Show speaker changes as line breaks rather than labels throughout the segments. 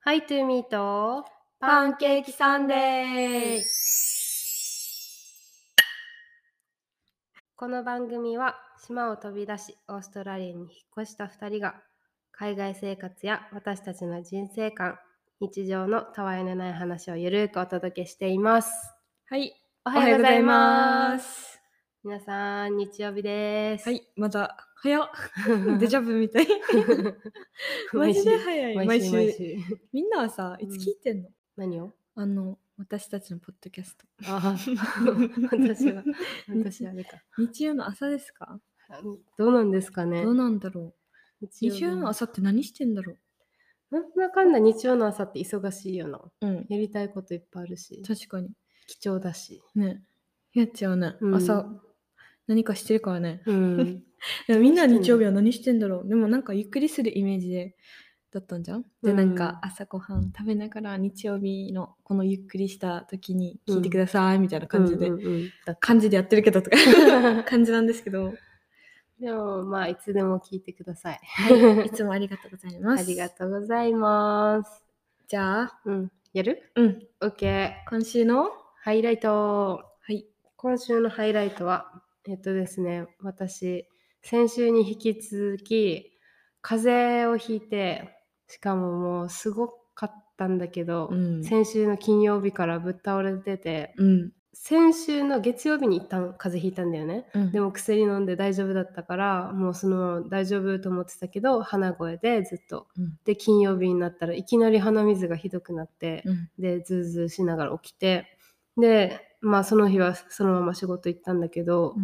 はい、トゥーミート。
パンケーキサンデー
この番組は島を飛び出しオーストラリアに引っ越した2人が海外生活や私たちの人生観、日常のたわいのない話をゆるーくお届けしています。
はい、
お。
おはようございますす。
皆さん、日曜日です。
はい、また 早っデジャブみ たい。マジで早い。
毎週毎週毎週。
みんなはさ、いつ聞いてんの、
何を
あの、私たちのポッドキャ スト。
ああ、私は、私はあれか。
日曜の朝ですか、
どうなんですかね
どうなんだろう日曜の朝って何してんだろ
なんだかんだ日曜の朝って忙しいよな。
ううん。
やりたいこといっぱいあるし、
確かに。
貴重だし。
ね。やっちゃうね。
うん
朝、何かしてるからね。
うん。
いやみんな日曜日は何してんだろうでもなんかゆっくりするイメージでだったんじゃんで、
うん
なんか朝ごはん食べながら日曜日のこのゆっくりした時に聞いてくださいみたいな感じで、
うんうんうんだっ
感じでやってるけどとか 感じなんですけど、
でもまあいつでも聞いてください。
はい、いつもありがとうございま
あ
す
りがとうございます。
じゃあ
うん。やる
うん
?OK。
今週の
ハイライト。
はい
今週のハイライトは、えっとですね、私、先週に引き続き、風邪をひいて、しかももうすごかったんだけど、
うん
先週の金曜日からぶっ倒れてて
うん、
先週の月曜日に一旦風邪ひいたんだよね
うん、
でも薬飲んで大丈夫だったからもうそのまま大丈夫と思ってたけど鼻声でずっと、
うん
で金曜日になったらいきなり鼻水がひどくなって、
うん
でズーズーしながら起きてでまあその日はそのまま仕事行ったんだけど、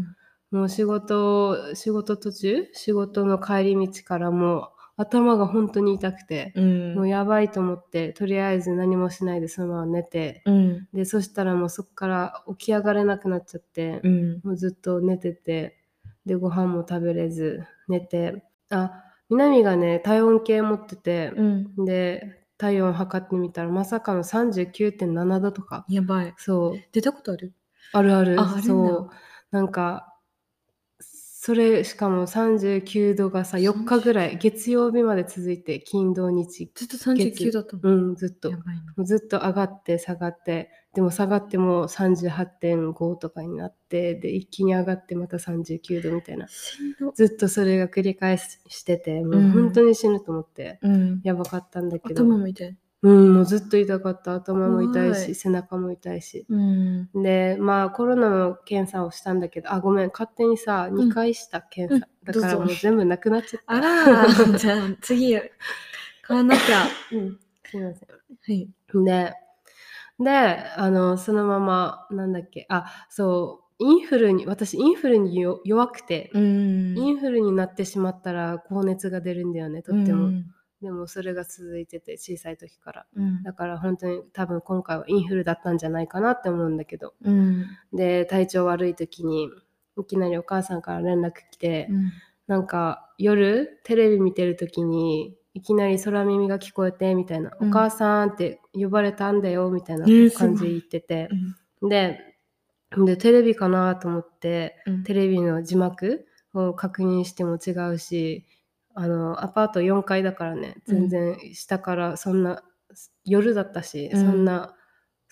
もう仕事仕事途中仕事の帰り道からもう頭が本当に痛くて、
うん
もうやばいと思ってとりあえず何もしないでそのまま寝て
うん
でそしたらもうそこから起き上がれなくなっちゃって、
うん
もうずっと寝ててでご飯も食べれず寝てあ南がね体温計持ってて、
うん
で体温測ってみたらまさかの39.7度とか
やばい
そう
出たことある
あるある
ああるんだ
そうなんかそれしかも39度がさ4日ぐらい月曜日まで続いて金土日
ずっと39だったの、
うんずっと
やばいな
もうずっと上がって下がってでも下がってもう38.5とかになってで一気に上がってまた39度みたいな
しんど
ずっとそれが繰り返ししてても
う
うん本当に死ぬと思って、
うん
やばかったんだけど
頭も痛い
うん、もうずっと痛かった頭も痛い
怖
し
い
背中も痛いし
うん
でまあコロナの検査をしたんだけどあごめん勝手にさ
ん
2回した検査、
うん
だから
ど
も
う
う
ぞ
全部なくなっちゃった
あらーじゃあ次買わなきゃ。は
うん、すいません
い。
で、で、あの、そのまま、なんだっけ、あ、そう、インフルに、私、インフルによ弱くて、
うん
インフルになってしまったら高熱が出るんだよね、とっても。でも、それが続いてて、小さい時から。
うん
だから、本当に多分今回はインフルだったんじゃないかなって思うんだけど。
うん
で、体調悪い時に、いきなりお母さんから連絡来て、
うん
なんか夜テレビ見てる時にいきなり空耳が聞こえてみたいな、
うん
お母さんって呼ばれたんだよみたいな
えーすごい
感じで言ってて、ででテレビかなと思って
うん
テレビの字幕を確認しても違うしあのアパート4階だからね全然下からそんな、夜だったし、
うん
そんな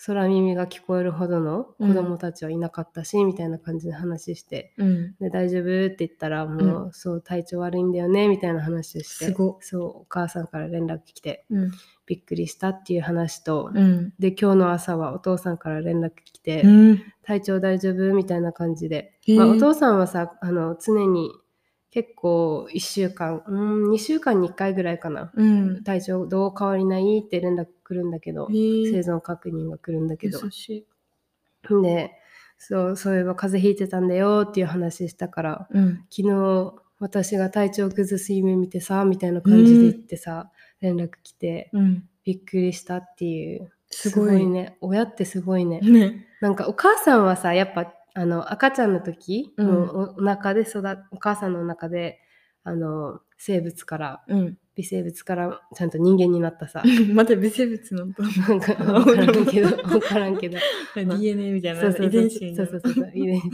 空耳が聞こえるほどの子供たちはいなかったし、みたいな感じで話して。
うん
で大丈夫って言ったらもう、そう体調悪いんだよねみたいな話をして
すごっ
そうお母さんから連絡来て
うん
びっくりしたっていう話と、
うん
で今日の朝はお父さんから連絡来て、
うん
体調大丈夫みたいな感じで、
へー
まあ、お父さんはさあの常に結構1週間うん2週間に1回ぐらいかな、
うん
体調どう変わりないって連絡来るんだけど、生
優
存確認が来るんだけど
しい。
でそうそういえば風邪ひいてたんだよっていう話したから
うん
昨日私が体調崩す夢見てさみたいな感じで言ってさ、連絡来て
うん
びっくりしたっていう
すごいね。
ね親ってすごいね
ね。
なんかお母さんはさやっぱあの赤ちゃんの時、
うん
もうおお腹で育っお母さんの中であの生物から
うん。
微生物からちゃんと人間にな ったさ
また微生物のと
なんか分からんけど 分からんけど
DNA みたい
そ
な
うそう
遺伝子み
そ
た
う
い
そうそ
な。
うそう遺伝子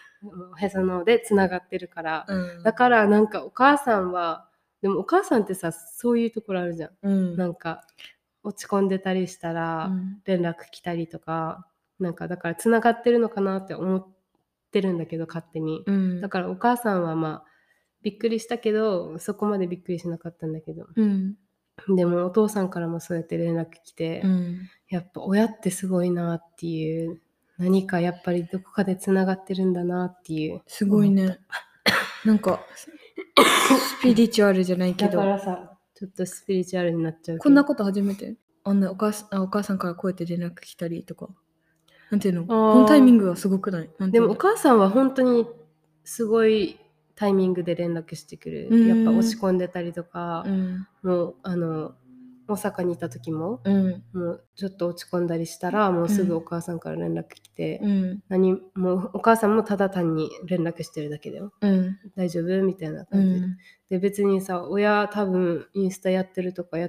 おへその緒でつながってるから、
うん
だからなんかお母さんはでもお母さんってさそういうところあるじゃん、
うん
なんか落ち込んでたりしたら、
うん
連絡来たりとかなんかだからつながってるのかなって思ってるんだけど勝手に、
うん
だからお母さんはまあびっくりしたけどそこまでびっくりしなかったんだけど
うん
でもお父さんからもそうやって連絡来て、
うん
やっぱ親ってすごいなっていう何かやっぱりどこかでつながってるんだなっていう
すごいねなんかスピリチュアルじゃないけ
だか
ど
らさちょっとスピリチュアルになっちゃうけど
こんなこと初めてあんなお母さんあお母さんからこうやって連絡来たりとかなんていうの
ー
このタイミングはすごくないなんて
で
い
も
うの
お母さんは本当にすごいタイミングで連絡してくる、
うん
やっぱ落ち込んでたりとか
う、ん
もうあの大阪にいた時も
うん
もうちょっと落ち込んだりしたらもうすぐお母さんから連絡来て、
うん
何もうお母さんもただ単に連絡してるだけだよ
うん
大丈夫みたいな
う
感じで、
ん
で別にさ親多分インスタやってるとかや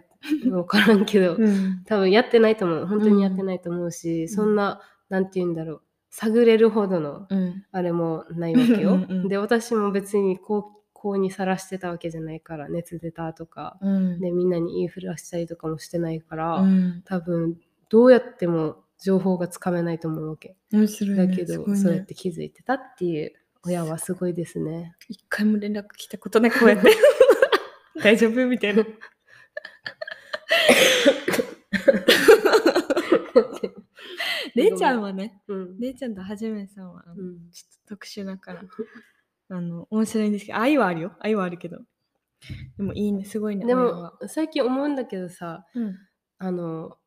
分からんけど、
うん
多分やってないと思う本当にやってないと思うし、
ん
そんななんて言うんだろう探れるほどの
うん
あれもないわけよ。
うんうんうん
で私も別に高校にさらしてたわけじゃないから熱出たとか
うん
でみんなにインフラしたりとかもしてないから、
うん
多分どうやっても情報がつかめないと思うわけ。
面白いね
だけ
す
ど、
ごいね
そうやって気づいてたっていう親はすごいですね。
一回も連絡来たことなくこうやって 大丈夫みたい なれいちゃんはね
うん
れいちゃんとはじめさんはあの
うん
ちょっと特殊だから あの面白いんですけど愛はあるよ愛はあるけどでもいいねすごいね
で
親は
も最近思うんだけどさ
うん
あの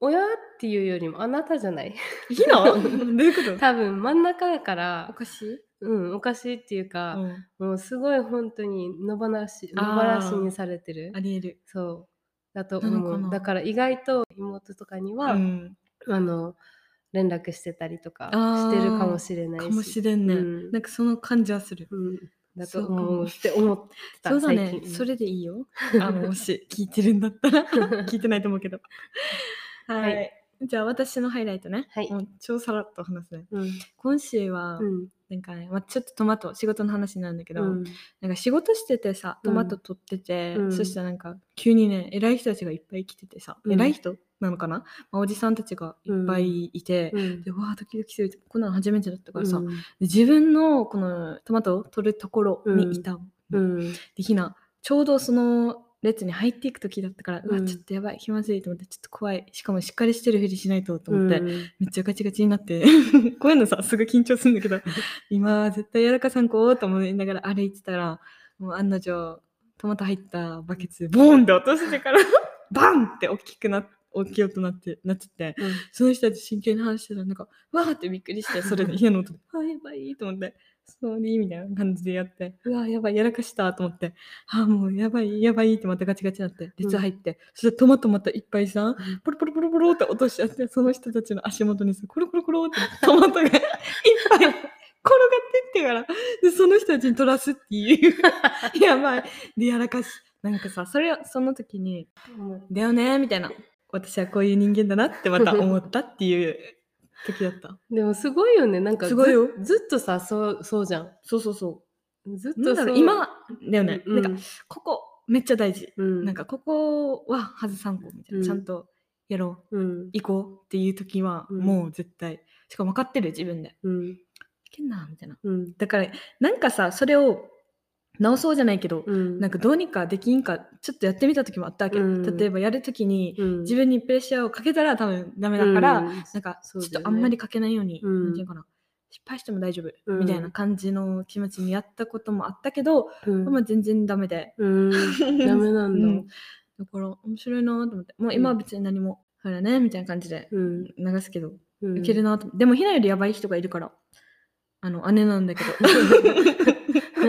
親っていうよりもあなたじゃ ない
いいの どういうこと
多分真ん中だから
おかしい、
うん、おかしいっていう
う
か、
ん、
もうすごい本当に野放し野
あー
放しにされてる
ありえる、
そうだと
なのか
思
な
うだから意外と妹とかに
う
は、
ん、
あの連絡してたりとか
あー
してるかもしれないし
かもしれんね、
うん
なんかその感じはする
うん、だと
そうかも
思うって思ってた
そうだ
最
ね
近
それでいい よあのもし聞いてるんだったら聞いてないと思うけどはい、
は
じゃあ私のハイライトね、
はい
もう超さらっと話すね
うん
今週は、
うん
なんかね、まあ、ちょっとトマト仕事の話になるんだけど、
うん
なんか仕事しててさトマト取ってて、
うん
そしたらなんか急にね偉い人たちがいっぱい来ててさ、
うん
偉い人なのかな、まあ、おじさんたちがいっぱいいて、
うん
でわあドキドキするこんなの初めてだったからさ、
う
で
ん
自分のこのトマトを取るところにいた、
うん
でひなちょうどその列に入っていく時だったから、う
う
わ
ん
ちょっとやばい気まずいと思ってちょっと怖いしかもしっかりしてるふりしないとと思って、
うん
めっちゃガチガチになって こういうのさすごい緊張するんだけど 今絶対やらかさんこうと思いながら歩いてたらもう案の定トマト入ったバケツボーンって落としてからバンって大きくな大きい音なってなっちゃって
うん
その人たち真剣に話してたらなんかわーってびっくりして それで家の音で「あーやばい」と思って「そうに」みたいな感じでやって「うわーやばいやらかした」と思って「あーもうやばいやばい」ってまたガチガチになって列入って、そしたらトマトまたいっぱいさポロポロポロポロって落としちゃって、その人たちの足元にさ、コロコロコロってトマトが いっぱい転がってってから、で、その人たちに取らすって いう。やばい。で、やらかし。なんかさ、それを、その時に、だよねみたいな。私はこういう人間だなってまた思ったっていう時だった。
でもすごいよねなんか
すごいよ
ずずっとさそう そうじゃん
そうそうそ
ずっ
う。な
と
んだろ
そう
う、今、だよね。
うん
なんか、ここ、めっちゃ大事。
うん
なんか、ここは外さんこうみたいな。
うん
ちゃんとやろう。
うん
行こうっていう時は
うん
もう絶対、しかも分かってる自分でい
うん
けんなみたいな
うん
だからなんかさそれを直そうじゃないけど、
うん
なんかどうにかできんかちょっとやってみた時もあったわけ、
うん
例えばやる時に、
うん
自分にプレッシャーをかけたら多分ダメだから、
うん
なんかち
そ
ょ
う
っ
だよね
とあんまりかけないように、
うん
なんていうかな失敗しても大丈夫、
うん
みたいな感じの気持ちにやったこともあったけど、
うん
まあ全然ダメで、
うん、 ダメな
うん
だ。
ん、だから面白いなと思ってもう今は別に何も、あれねみたいな感じで
うん、
流すけど
うん、
いけるなと、でもひなよりやばい人がいるからあの姉なんだけ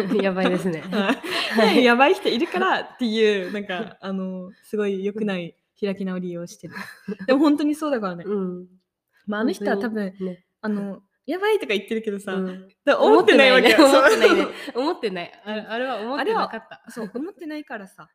ど
やばいですね。
はいやばい人いるからっていうなんかあのすごい良くない開き直りをしてるでも本当にそうだからね、
うん、
まあ、あの人は多分
本当にね、
あのやばいとか言ってるけどさ、
うん
だから思ってないわけ
思ってないね
そう。
思ってないね。 思ってないあれあれは思ってなかった。
そう思ってないからさ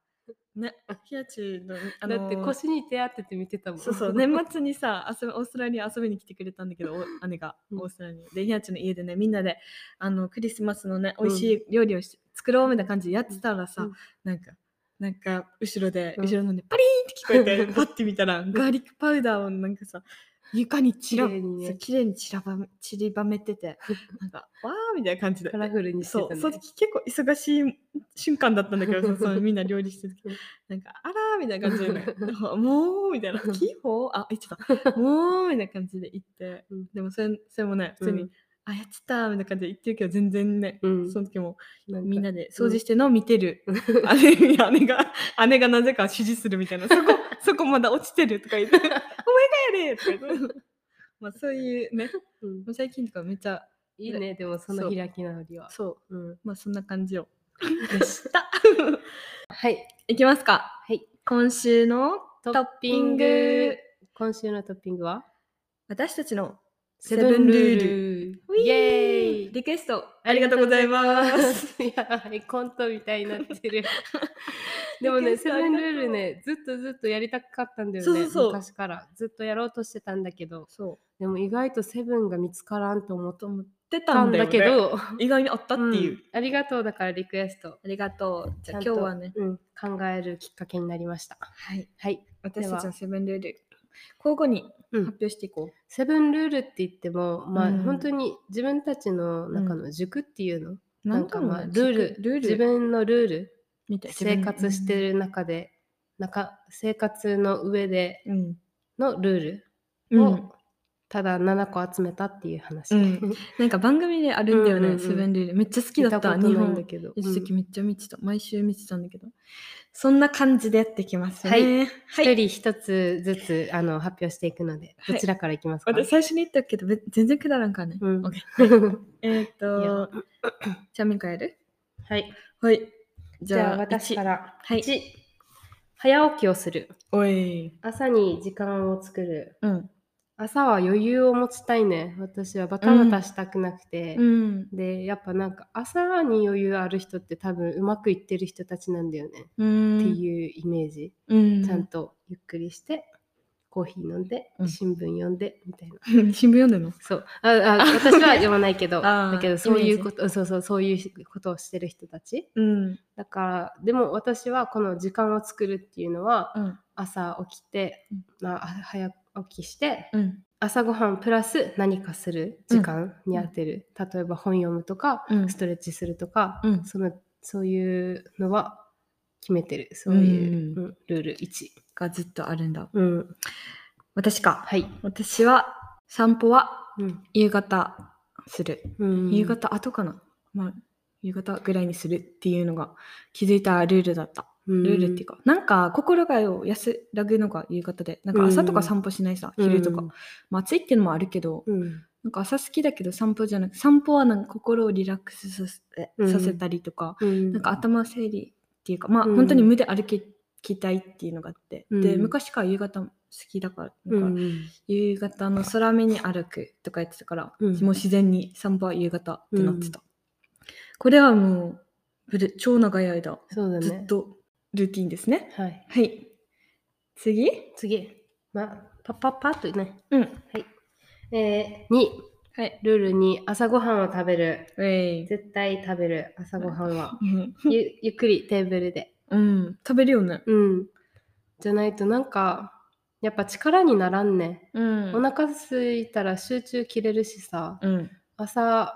ねひなちゅのあの
だって腰に手当てて見てたもん。
そうそう年末にさ遊びオーストラリア遊びに来てくれたんだけどお姉が
うん
オーストラリアでひなちゃんの家でねみんなであのクリスマスのね美味しい料理をし作ろうみたいな感じでやってたらさ、
うん
なんかなんか後ろで、
うん
後ろのねパリーンって聞こ えてパッて見たらガーリックパウダーをなんかさ床に散ら
綺麗にね
そう綺麗に散らばめ散りばめ ててなんかわーみたいな感じで
カラフルにして
そ
た
う、
ね
その時結構忙しい瞬間だったんだけ ど、そのみんな料理してる時なんか、あらーみたいな感じで、もうみたいな、キーホーあ、言っち ゃった。もうみたいな感じで行って、
うん
でもそれそれもね、普通に、
うん
あ、やってたみたいな感じで言ってるけど、全然ね、
うん
その時も
なんか
みんなで掃除してるのを見てる。姉姉が、姉がなぜか指示するみたいな、そこ、 そこまだ落ちてるとか言って、お前がやれとか言って。 まあそういうね、
うん
もう最近とかめっちゃ、
いいねでもその開き直りは
そう、
うん
まあそんな感じを。で した。
はい
いきますか。
はい。
今週の
ト
ト
ッ
ッ
ピ
ピ
ン
ン
グ
グ。
今週のトッピングは
私たちの
セ
セ
ブ
ブ
ン
ン
ル
ル
ール
イ
イ
エ
エー
ーイ
イ
リクエストありがとうございま す。
いやばいコントみたいになって るでもねセブンルールねずっとずっとやりたかったんだよね
そうそうそう
昔からずっとやろうとしてたんだけど
そう。
でも意外とセブンが見つからんと思っ
と思って
た
た
ん
んだ
だけ
けど、
ど
意外にあったっていう。
んありがとうだからリクエスト
ありがとう。じ
ち
ゃあ
ん
今
と
日はね、
うん、考えるきっかけになりました
はい。
はい、
私たちのセブンルール、交互に
うん
発表していこ
セブンルールって言ってもまあ、
うん
本当に自分たちの中の塾っていうの、
う。
なんかまあ
な
ル
んかもう
ール
ルール
自分のルール
みたい
生活して。る中で、なんか生活の上で
自分うん。
のルー
う
ル
ん
を、ただ7個集めたっていう話、
う
聞
んなんか番組であるんだよね、
うんうんうん
セブンルール。めっちゃ好き
い
だ
た
っ
こ
た。
と
日
ないん
本
だけど、
一時期
うん
めっちゃ見てた、毎週見てたんだけど。そんな感じでやってきますね。
はい
はい。
一人一つずつあの発表していくので
はい
どちらからいきますか、
私最初に言ったけど、べ全然くだらんからね。
うん
OK えーっ、
いいよ
と、じゃあミカやる
はい
はい。。
じゃあ私からら
はい。
1早起きをする
おい。
朝に時間を作る
うん。
朝は余裕を持ちたいね私はバタバタしたくなくて、
うん。
でやっぱなんか朝に余裕ある人って多分うまくいってる人たちなんだよね、
うん。
っていうイメージ、
うん。
ちゃんとゆっくりしてコーヒー飲んで、
うん
新聞読んでみたいな
新聞読んでんの
そうああ私は読まないけど
あー
だけどそういうことそうそうそういうことをしてる人たち
うん。
だからでも私はこの時間を作るっていうのは
うん。
朝起きて、
うん
まあ、あ早起きして
うん。
朝ごはんプラス何かする時間に当てる、例えば本読むとか、
うん
ストレッチするとか、
うん
そのそういうのは決めてるそういう、
う
うんルール1、
がずっとあるんだ。
うん、
私か。
はい、
私は、散歩は
うん
夕方する。
うん
夕方後かな。まあ、夕方ぐらいにするっていうのが気づいたルールだった。ルールっていう
か、
か、なんか心がを安らぐのが夕方で、なんか朝とか散歩しないさ、
うん
昼とか。まあ暑いっていうのもあるけど、
うん
なんか朝好きだけど散歩じゃなく散歩はなんか心をリラックスさせ,え、
うん
させたりとか、
うん、
なんか頭整理っていうか、まあ
うん
本当に無で歩ききたいっていうのがあって、
うん
で、昔から夕方好きだから、
う
なんか
ん
夕方の空目に歩くとか言ってたから、
うん
もう自然に散歩は夕方ってなってた。これはもう、ぶれ超長い間、
そうだね
ずっとルーティンですね。
はい
はい。次
次まあパッパッパッとね
うん。
えー、2
はい。
ルール2朝ごはんを食べる
ウェイ。
絶対食べる朝ごはん は
うん
ゆゆっくりテーブルで
うん。食べるよね。
うんじゃないとなんかやっぱ力にならんね、
うん
お腹すいたら集中切れるしさ
うん。
朝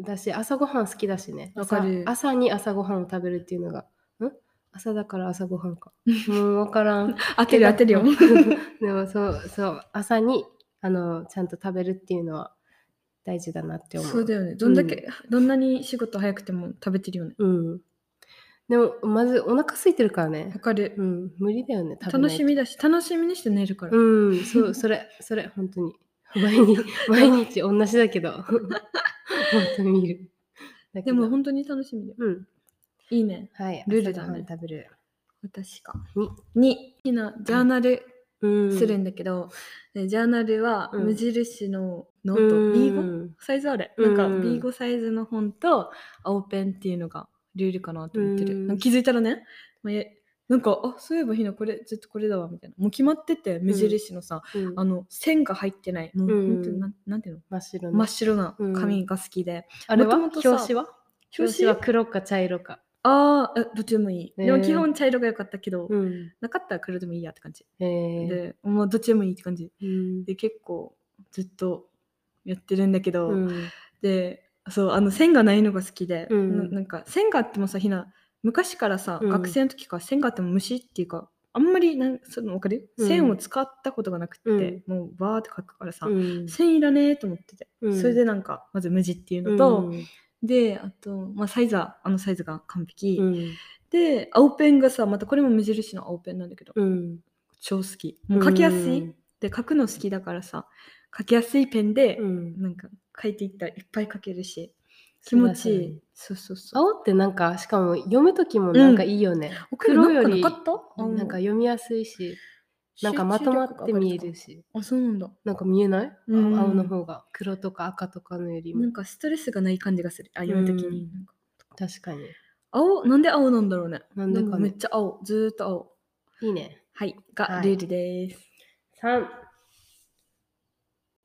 だし朝ごはん好きだしね
わかる
朝朝に朝ごはんを食べるっていうのがん朝だから朝ごはん かもう分からん
当てる当てるよ。
でもそうそう朝にあのちゃんと食べるっていうのは大事だなって思う
そうだよね。どんだけ、どんなに仕事早くても食べてるよね。
うんでもまずお腹空いてるからね
わかる。
うん無理だよね食べな
楽
いと
しみだし、楽しみにして寝るから。
うん、そう、それ、それ、本当に。毎日、 毎日同じだけど。 本当に見る。だけ
で
ど
も本当に楽しみだよ。
うん、
いいね。
はい。
ルールだ
朝
ね
ごはん食べる。
私か。
に
に好きなジャーナル
うん
するんだけど、でジャーナルは
うん
無印のノ
う
ート、
ん
B5 サイズあれ、な
うんん
か B5 サイズの本と青ペンっていうのがルールかなと思ってる、
うん
なんか気づいたらね、まあえなんかあそういえばひなこれずっとこれだわみたいなもう決まってて無印のさ、
うん
あの線が入ってないもう、
うん
本当になんなんていう
真っ白
の
の。
真っ白な
うん
紙が好きで、
あれは
もともとさ
表紙は
表
表
紙
紙
は
は黒か茶色か。
ああ、えどっちでもいい。
えー
でも基本茶色が良かったけど、
うん。
なかったら黒でもいいやって感じ。
へえ。
で、もうどっちでもいいって感じ。
うん。
で、結構ずっとやってるんだけど、
うん
で、そう、あの線がないのが好きで、
うん
ななんか線があってもさ、ひな、昔からさ、
うん
学生の時から線があっても虫っていうか、あんまりなんそのわかる、
うん
線を使ったことがなくって、もうバーって書くからさ、
うん
線いらねえと思ってて、
うん
それでなんかまず無地っていうのと、であと、まあ、サイズはあのサイズが完璧、
うん。
で青ペンがさまたこれも無印の青ペンなんだけど、
うん。
超好きもう書きやすい、
うん
で書くの好きだからさ書きやすいペンで、
うん。
なんか書いていったらいっぱい書けるし気持ちいいそうそうそう
青ってなんかしかも読む時もなんかいいよね、黒より
なんかなかったあの
なんか読みやすいし
集
なんかまとまって見え
中
る
力が上が
し
たあそうなんだ
なんか見えない、
うん
青の方が黒とか赤とかのよりも、
なんかストレスがない感じがするあ読むときに、
うん
なんか
確かに
青なんで青なんだろうね
なんでかね
かめっちゃ青ずーっと青
いいね
はいが、
はい
ルールです
3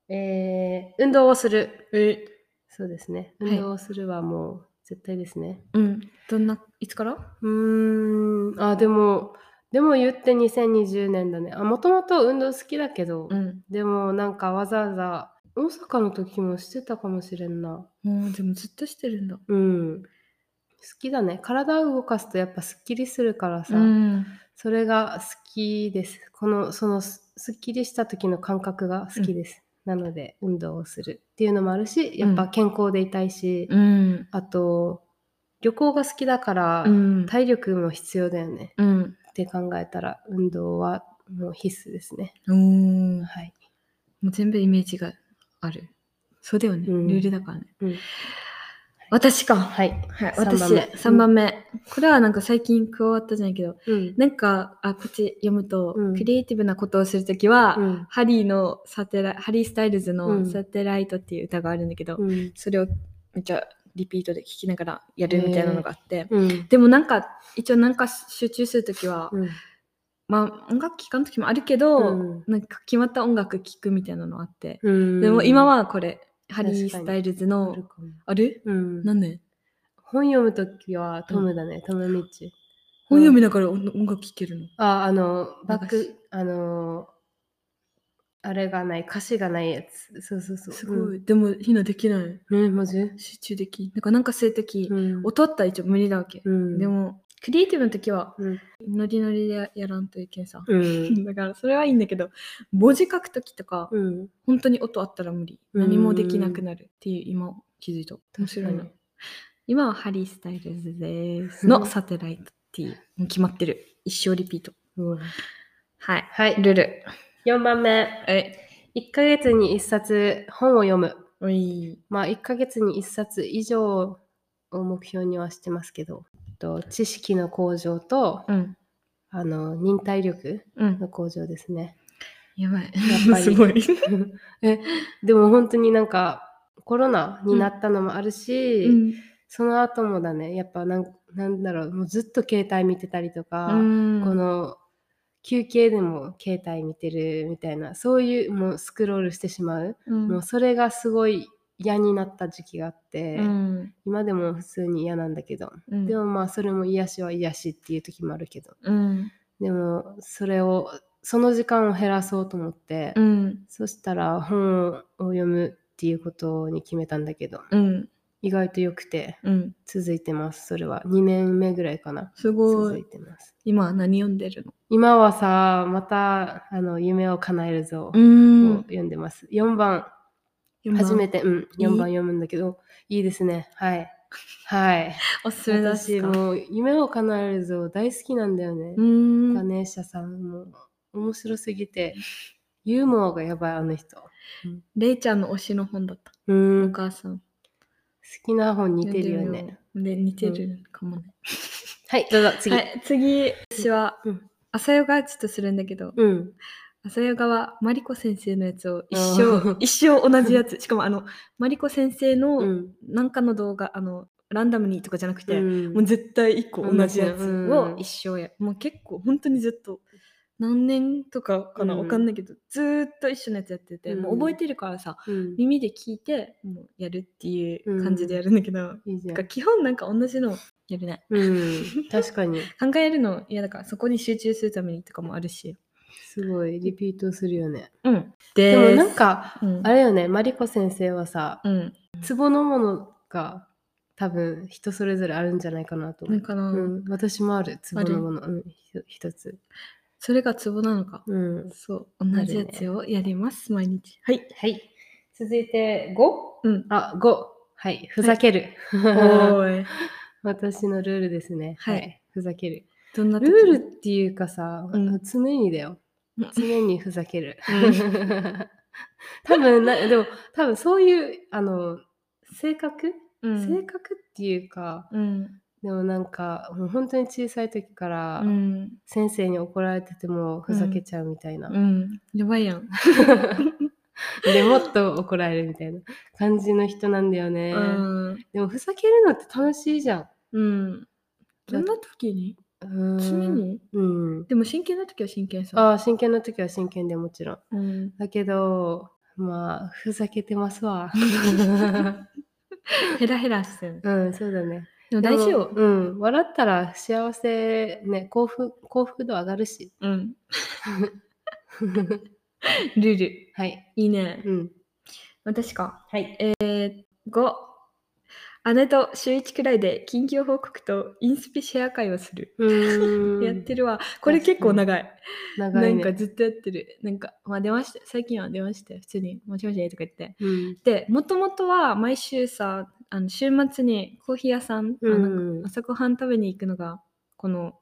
えー運動をする
え
そうですね
はい
運動をするはもう絶対ですね、
うんどんないつから
うーんあでもでも言って2020年だねあもともと運動好きだけど、
ん
でもなんかわざわざ大阪の時もしてたかもしれんな
もうでもずっとしてるんだ
うん好きだね体を動かすとやっぱすっきりするからさ、
ん
それが好きですこのそのすすっきりした時の感覚が好きです、なので運動をするっていうのもあるしやっぱ健康でいたいし、
うん
あと旅行が好きだから、
うん
体力も必要だよね
うん
って考えたら運動はもう必須ですね
おー
はい
もう全部イメージがあるそうだよね、
うん
ルールだからね、
うん
私か
はい、
はい、
三
私
番目
3番目、これはなんか最近加わったじゃないけど
うん
なんかあこっち読むと、
うん
クリエイティブなことをするときは、
うん
ハリーのサテラハリー・スタイルズ
う
の
ん
「サテライト」っていう歌があるんだけど、
うん
それをめっちゃリピートで聴きながらやるみたいなのがあって、
うん
でもなんか一応なんか集中するときは、
うん
まあ音楽聴かんときもあるけど、
うん
なんか決まった音楽聴くみたいなのあって、
うん
でも今はこれハ
かに
リー・スタイルズ
あ
の
るかも
あれ
うん
何年
本読むときはトムだね、トム・ミッチ。
本読みながら音音楽聴けるの
あ、あの、バッ
なんか
ク、あの、あれがない、歌詞がないやつ。そうそうそう。
すごい、でもひなできない
うん。ね、マジ
集中できなんかなんか性的、
うん
音あったら一応無理だわけ、
うん。
で、もクリエイティブの時は
うん。
ノリノリでやらんといけんさ、
うん。
だからそれはいいんだけど文字書く時とか、
うん。
本当に音あったら無理
うん
何もできなくなるっていう今気づいた面白い
確かに
な今はハリー・スタイルズです
う
の
ん
サテライトっていうもう決まってる一生リピート
うん
はい
はい、
ルル
4番目。
え
1ヶ月に1冊本を読む。
おい
まあ、1ヶ月に1冊以上を目標にはしてますけど、と知識の向上と、
うん
あの、忍耐力
うん
の向上ですね。
やばい
っぱり
すごい
えでも本当になんかコロナになったのもあるし、
うん
その後もだねやっぱなんなんだろうもうずっと携帯見てたりとか、
うん
この休憩でも携帯見てるみたいなそういうもうスクロールしてしまう、
うん
もうそれがすごい嫌になった時期があって、
うん
今でも普通に嫌なんだけど、
うん
でもまあそれも癒しは癒しっていう時もあるけど
うん
でもそれをその時間を減らそうと思って、
うん
そしたら本を読むっていうことに決めたんだけど
うん
意外と良くて
うん
続いてますそれは2年目ぐらいかな
すご
続い
い
てます
今何読んでるの
今はさまたあの夢を叶えるぞを
ん
読んでます、4番初
初
め
めて
てうん4番読むんだけどいいですねはい はい
おすすめだし
私もう夢を叶えるぞ大好きなんだよね、
ん
ガネーシャさんも面白すぎてユーモアがやばいあの人
レイちゃんの推しの本だった。
う
お
ん好
母さん。
きな本似てるよね
で、似てるかもね。
はい、どうぞ次。
はい、次、私は
うん、
朝ヨガちょっとするんだけど、
うん。
朝ヨガはマリコ先生のやつを一
う
生
ん、
一生同じやつ。しかも、あの、マリコ先生
う
の
ん。
なんかの動画、あの、ランダムにとかじゃなくて、
うん
もう絶対一個同じや
同じや
つ
つう
を
ん
一生や。もう結構、本当にずっと何年とかかな、
うん
わかんないけどずーっと一緒のやつやってて、
うん
もう覚えてるからさ
うん
耳で聞いてもうやるっていう感じでやるんだけど、
いいじゃ
なんか
ん。
基本なんか同じのやるね
うん、確かに。
考えるの嫌だからそこに集中するためにとかもあるし
すご い、リピートするよね。
うん
で
で
もなんか、
うん、
あれよね、マリコ先生はさ、
うん、
ツボのものが多分人それぞれあるんじゃないかなと思
なん
う。
かな、
うん、私もある、ツボのもの、うん、ひと一つ。
それがツボなのか
うん。
そう同じやつをやります毎日はい
はい。続いて 5?
うん
あ、5。はい、ふざける。
おーい
私のルールですね。
はい
ふざける。
どんな
ル
時
ールっていうかさ、
うん
常にだよ
うん。
常にふざけ る
う。
多分な、でも、多分そういう、あの、性格、
うん
性格っていうか、
うん
でもなんか、もう本当に小さい時から
うん
先生に怒られててもふざけちゃうみたいな。
うんやばいやん、
でもっと怒られるみたいな感じの人なんだよね。
うん
でも、ふざけるのって楽しいじゃん。
うんどんな時に
うん
常に
うん。
でも真剣な時は真剣さ
ああ、真剣な時は真剣でもちろん。
うん
だけど、まあ、ふざけてます わ。
ヘラヘラしてる
うん、そうだね。
でも大事
で
よ
もうん、笑ったら幸せ、ね、幸福、幸福度上がるし。
うんルール
はい。
いいね
うん。
私か
はい。
5姉と週1くらいで近況報告とインスピシェア会をする、
うーん。
やってるわこれ結構長い
長い、ね。
なんかずっとやってる。なんか、まあ電話して、最近は電話して、普通に、もしもしとか言って。
うん。
で、もともとは毎週さ、あの週末にコーヒー屋さん、あ
う
なんか
ん。
朝ごはん食べに行くのが、この、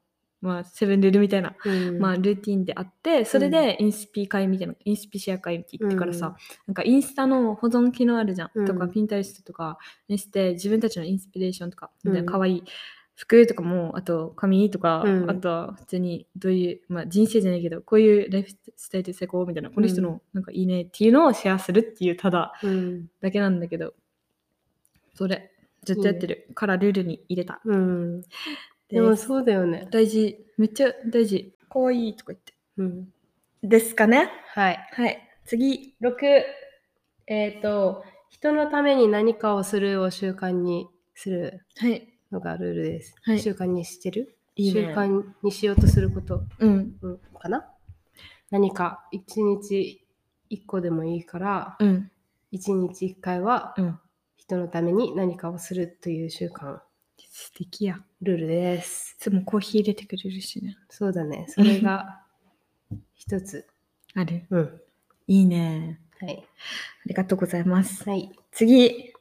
まあ、セブンルールみたいな、
うん
まあ、ルーティンであって、それでインスピ会みたいな、インスピシェア会って言ってからさ、
うん
なんかインスタの保存機能あるじゃん、
うん
とか、ピンタリストとかにして、自分たちのインスピレーションとか、
うん
で可愛い服とかも、あと髪とか、
うん
あとは普通にどういう、まあ、人生じゃないけど、こういうライフスタイルで成功みたいな、この人のなんかいいねっていうのをシェアするっていうただ
うん。
だけなんだけど、それ、ずっとやってるからルールに入れた。
うん。
で
でもそうだよね。
大事、めっちゃ大事。可愛いとか言って。
うん。
ですかね
はい。
はい、次。
6、えっ、と、人のために何かをするを習慣にする
はい。
のがルールです。
はい
習慣にしてる
いいね
習慣にしようとすること、
うん。
うんかな何か一日一個でもいいから
うん。
一日一回は
うん。
人のために何かをするという習慣
素敵や。い
ルールです
つもコーヒー入れてくれるしね。
そうだねそれ が一つ
ある。
うん
いいね。
はい
ありがとうございます。
はい
次。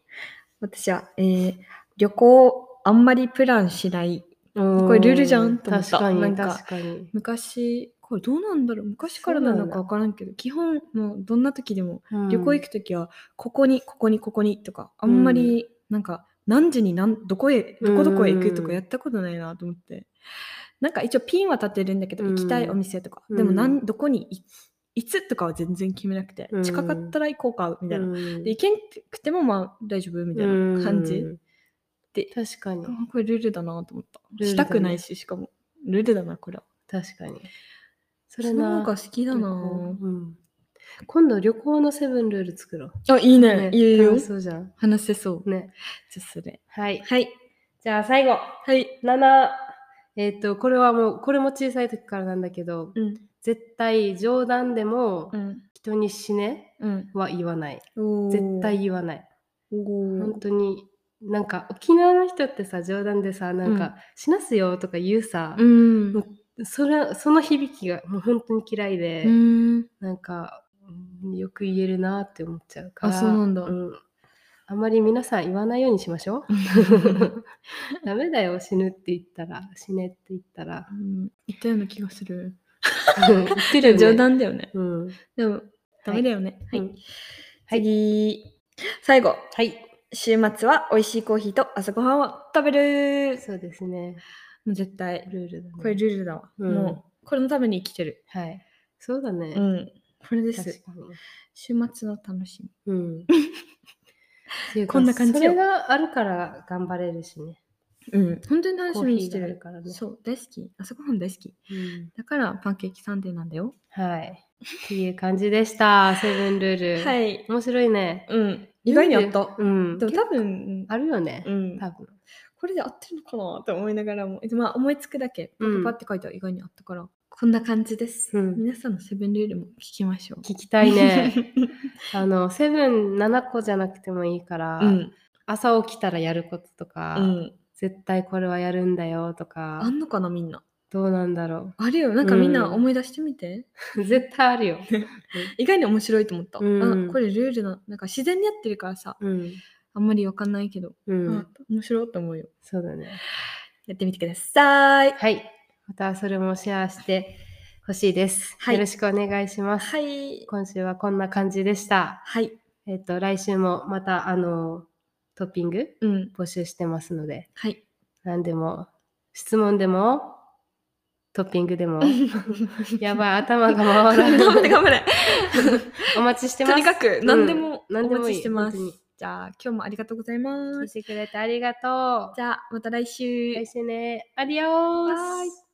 私は、えー、旅行あんまりプランしない。
こ
れルールじゃんと思った
確かに
なんか
確かに
昔、これどうなんだろう昔からなのかわからんけど、基本、もうどんな時でも、旅行行く
く
時は、ここに、ここに、ここにとか、あんまり、なんか、何時に何、どこへ、どこどこへ行くと
う
か
ん
やったことないなと思って。なんか一応ピンは立てるんだけど、
うん
行きたいお店とか。
うん
でもなん、どこにい、いつとかは全然決めなくて
う、ん
近かったら行こうか、みたいな。で、
み
行けんくてもまあ大丈夫、みたいな感じ。で
確かに
あこれルールだなと思った。
ルールだね
したくないし、しかも。ルールだな、これは。
確かにそ
それ
れ
の
な
方が好きだな
旅行うん今度旅行のセブンルール作ろう
あ、いい
ね
ね。いいよ
楽し。そうじゃん。
話せそう。
ね。
じゃあそれ。
はい。
はい。
じゃあ最後、
はい。
7。えっ、と、これはもう、これも小さい時からなんだけど、
うん。
絶対冗談でも
うん。
人に死ね
うん。
は言わない。
絶
絶対言わない。
本
本当に、なんか沖縄の人ってさ、冗談でさ、なんか、死なすよとか言うさ、
うん
もそれその響きがもう本当に嫌いで、
うん
なんか、うんよく言えるなって思っちゃうから。
あそうなんだ
んあまり皆さん言わないようにしましょう。 ダメだよ死ぬって言ったら死ねって言った ら
言ったような気がする。
言ってるよね
冗談だよね。
うん
でも、ダメだよね。は。
はいい
次、最後、
はい
週末は美味しいコーヒーと朝ごはんを食べる。
そうですね
もう絶対、
ルールだね
これルールだわ。
うん
もう、これのために生きてる。
はいそうだね、
うん。これで
確
す。
かに
週末の楽しみ。
うんっていうか
こんな感じよ
それがあるから頑張れるしね
うん、本当に楽
コ
し
ー
みに
ヒ
して
ーがある
る。
からね。
そう、大好き。朝ごはん大好き。
うん
だからパンケーキサンデーなんだよ。
はい。っていう感じでした。セブンルール。
い。
面白いね。
うん。意外にあった。
うん。
でも
結
多分
構、あるよね
う。ん、
多分。
これで合ってるのかなって思いながらも、でまあ思いつくだけ、パ
うん
パパって書いたら意外にあったから、こんな感じです。
うん
皆さんのセブンルールも聞きましょう。
聞きたい ね。あの、セブン7個じゃなくてもいいから、
うん。
朝起きたらやることとか、
うん。
絶対これはやるんだよとか
あ、んのかな、みんな。
どうなんだろ
あるよ。なんかみんな
うん
思い出してみて。
う。 絶対ある よ。
意外に面白いと思った。
うん
あこれルールの、なんか自然にやってるからさ、
うん。
あんまりわかんないけど、
うん。
あ面白いと思うよ。
そうだね。
やってみてください。
はい。またそれもシェアしてほしいです。
はい
よろしくお願いします。
はい。
今週はこんな感じでした。
はい。
えっ、と、来週もまた、あの、トッピング
うん。
募集してますので、
はい。
何でも、質問でも、トッピング でも、やばい、頭が回ら
頑張
な
れ
い。
頑張れ。
お待ちしてます。
とにかく
ん
何でもお
何でもい
待
い
ちしてます。
本当に
じゃあ今日もありがとうございま
聞い
す。
てくれてありがとう。
じゃあまた来週。
来週ね。アディオース
はーい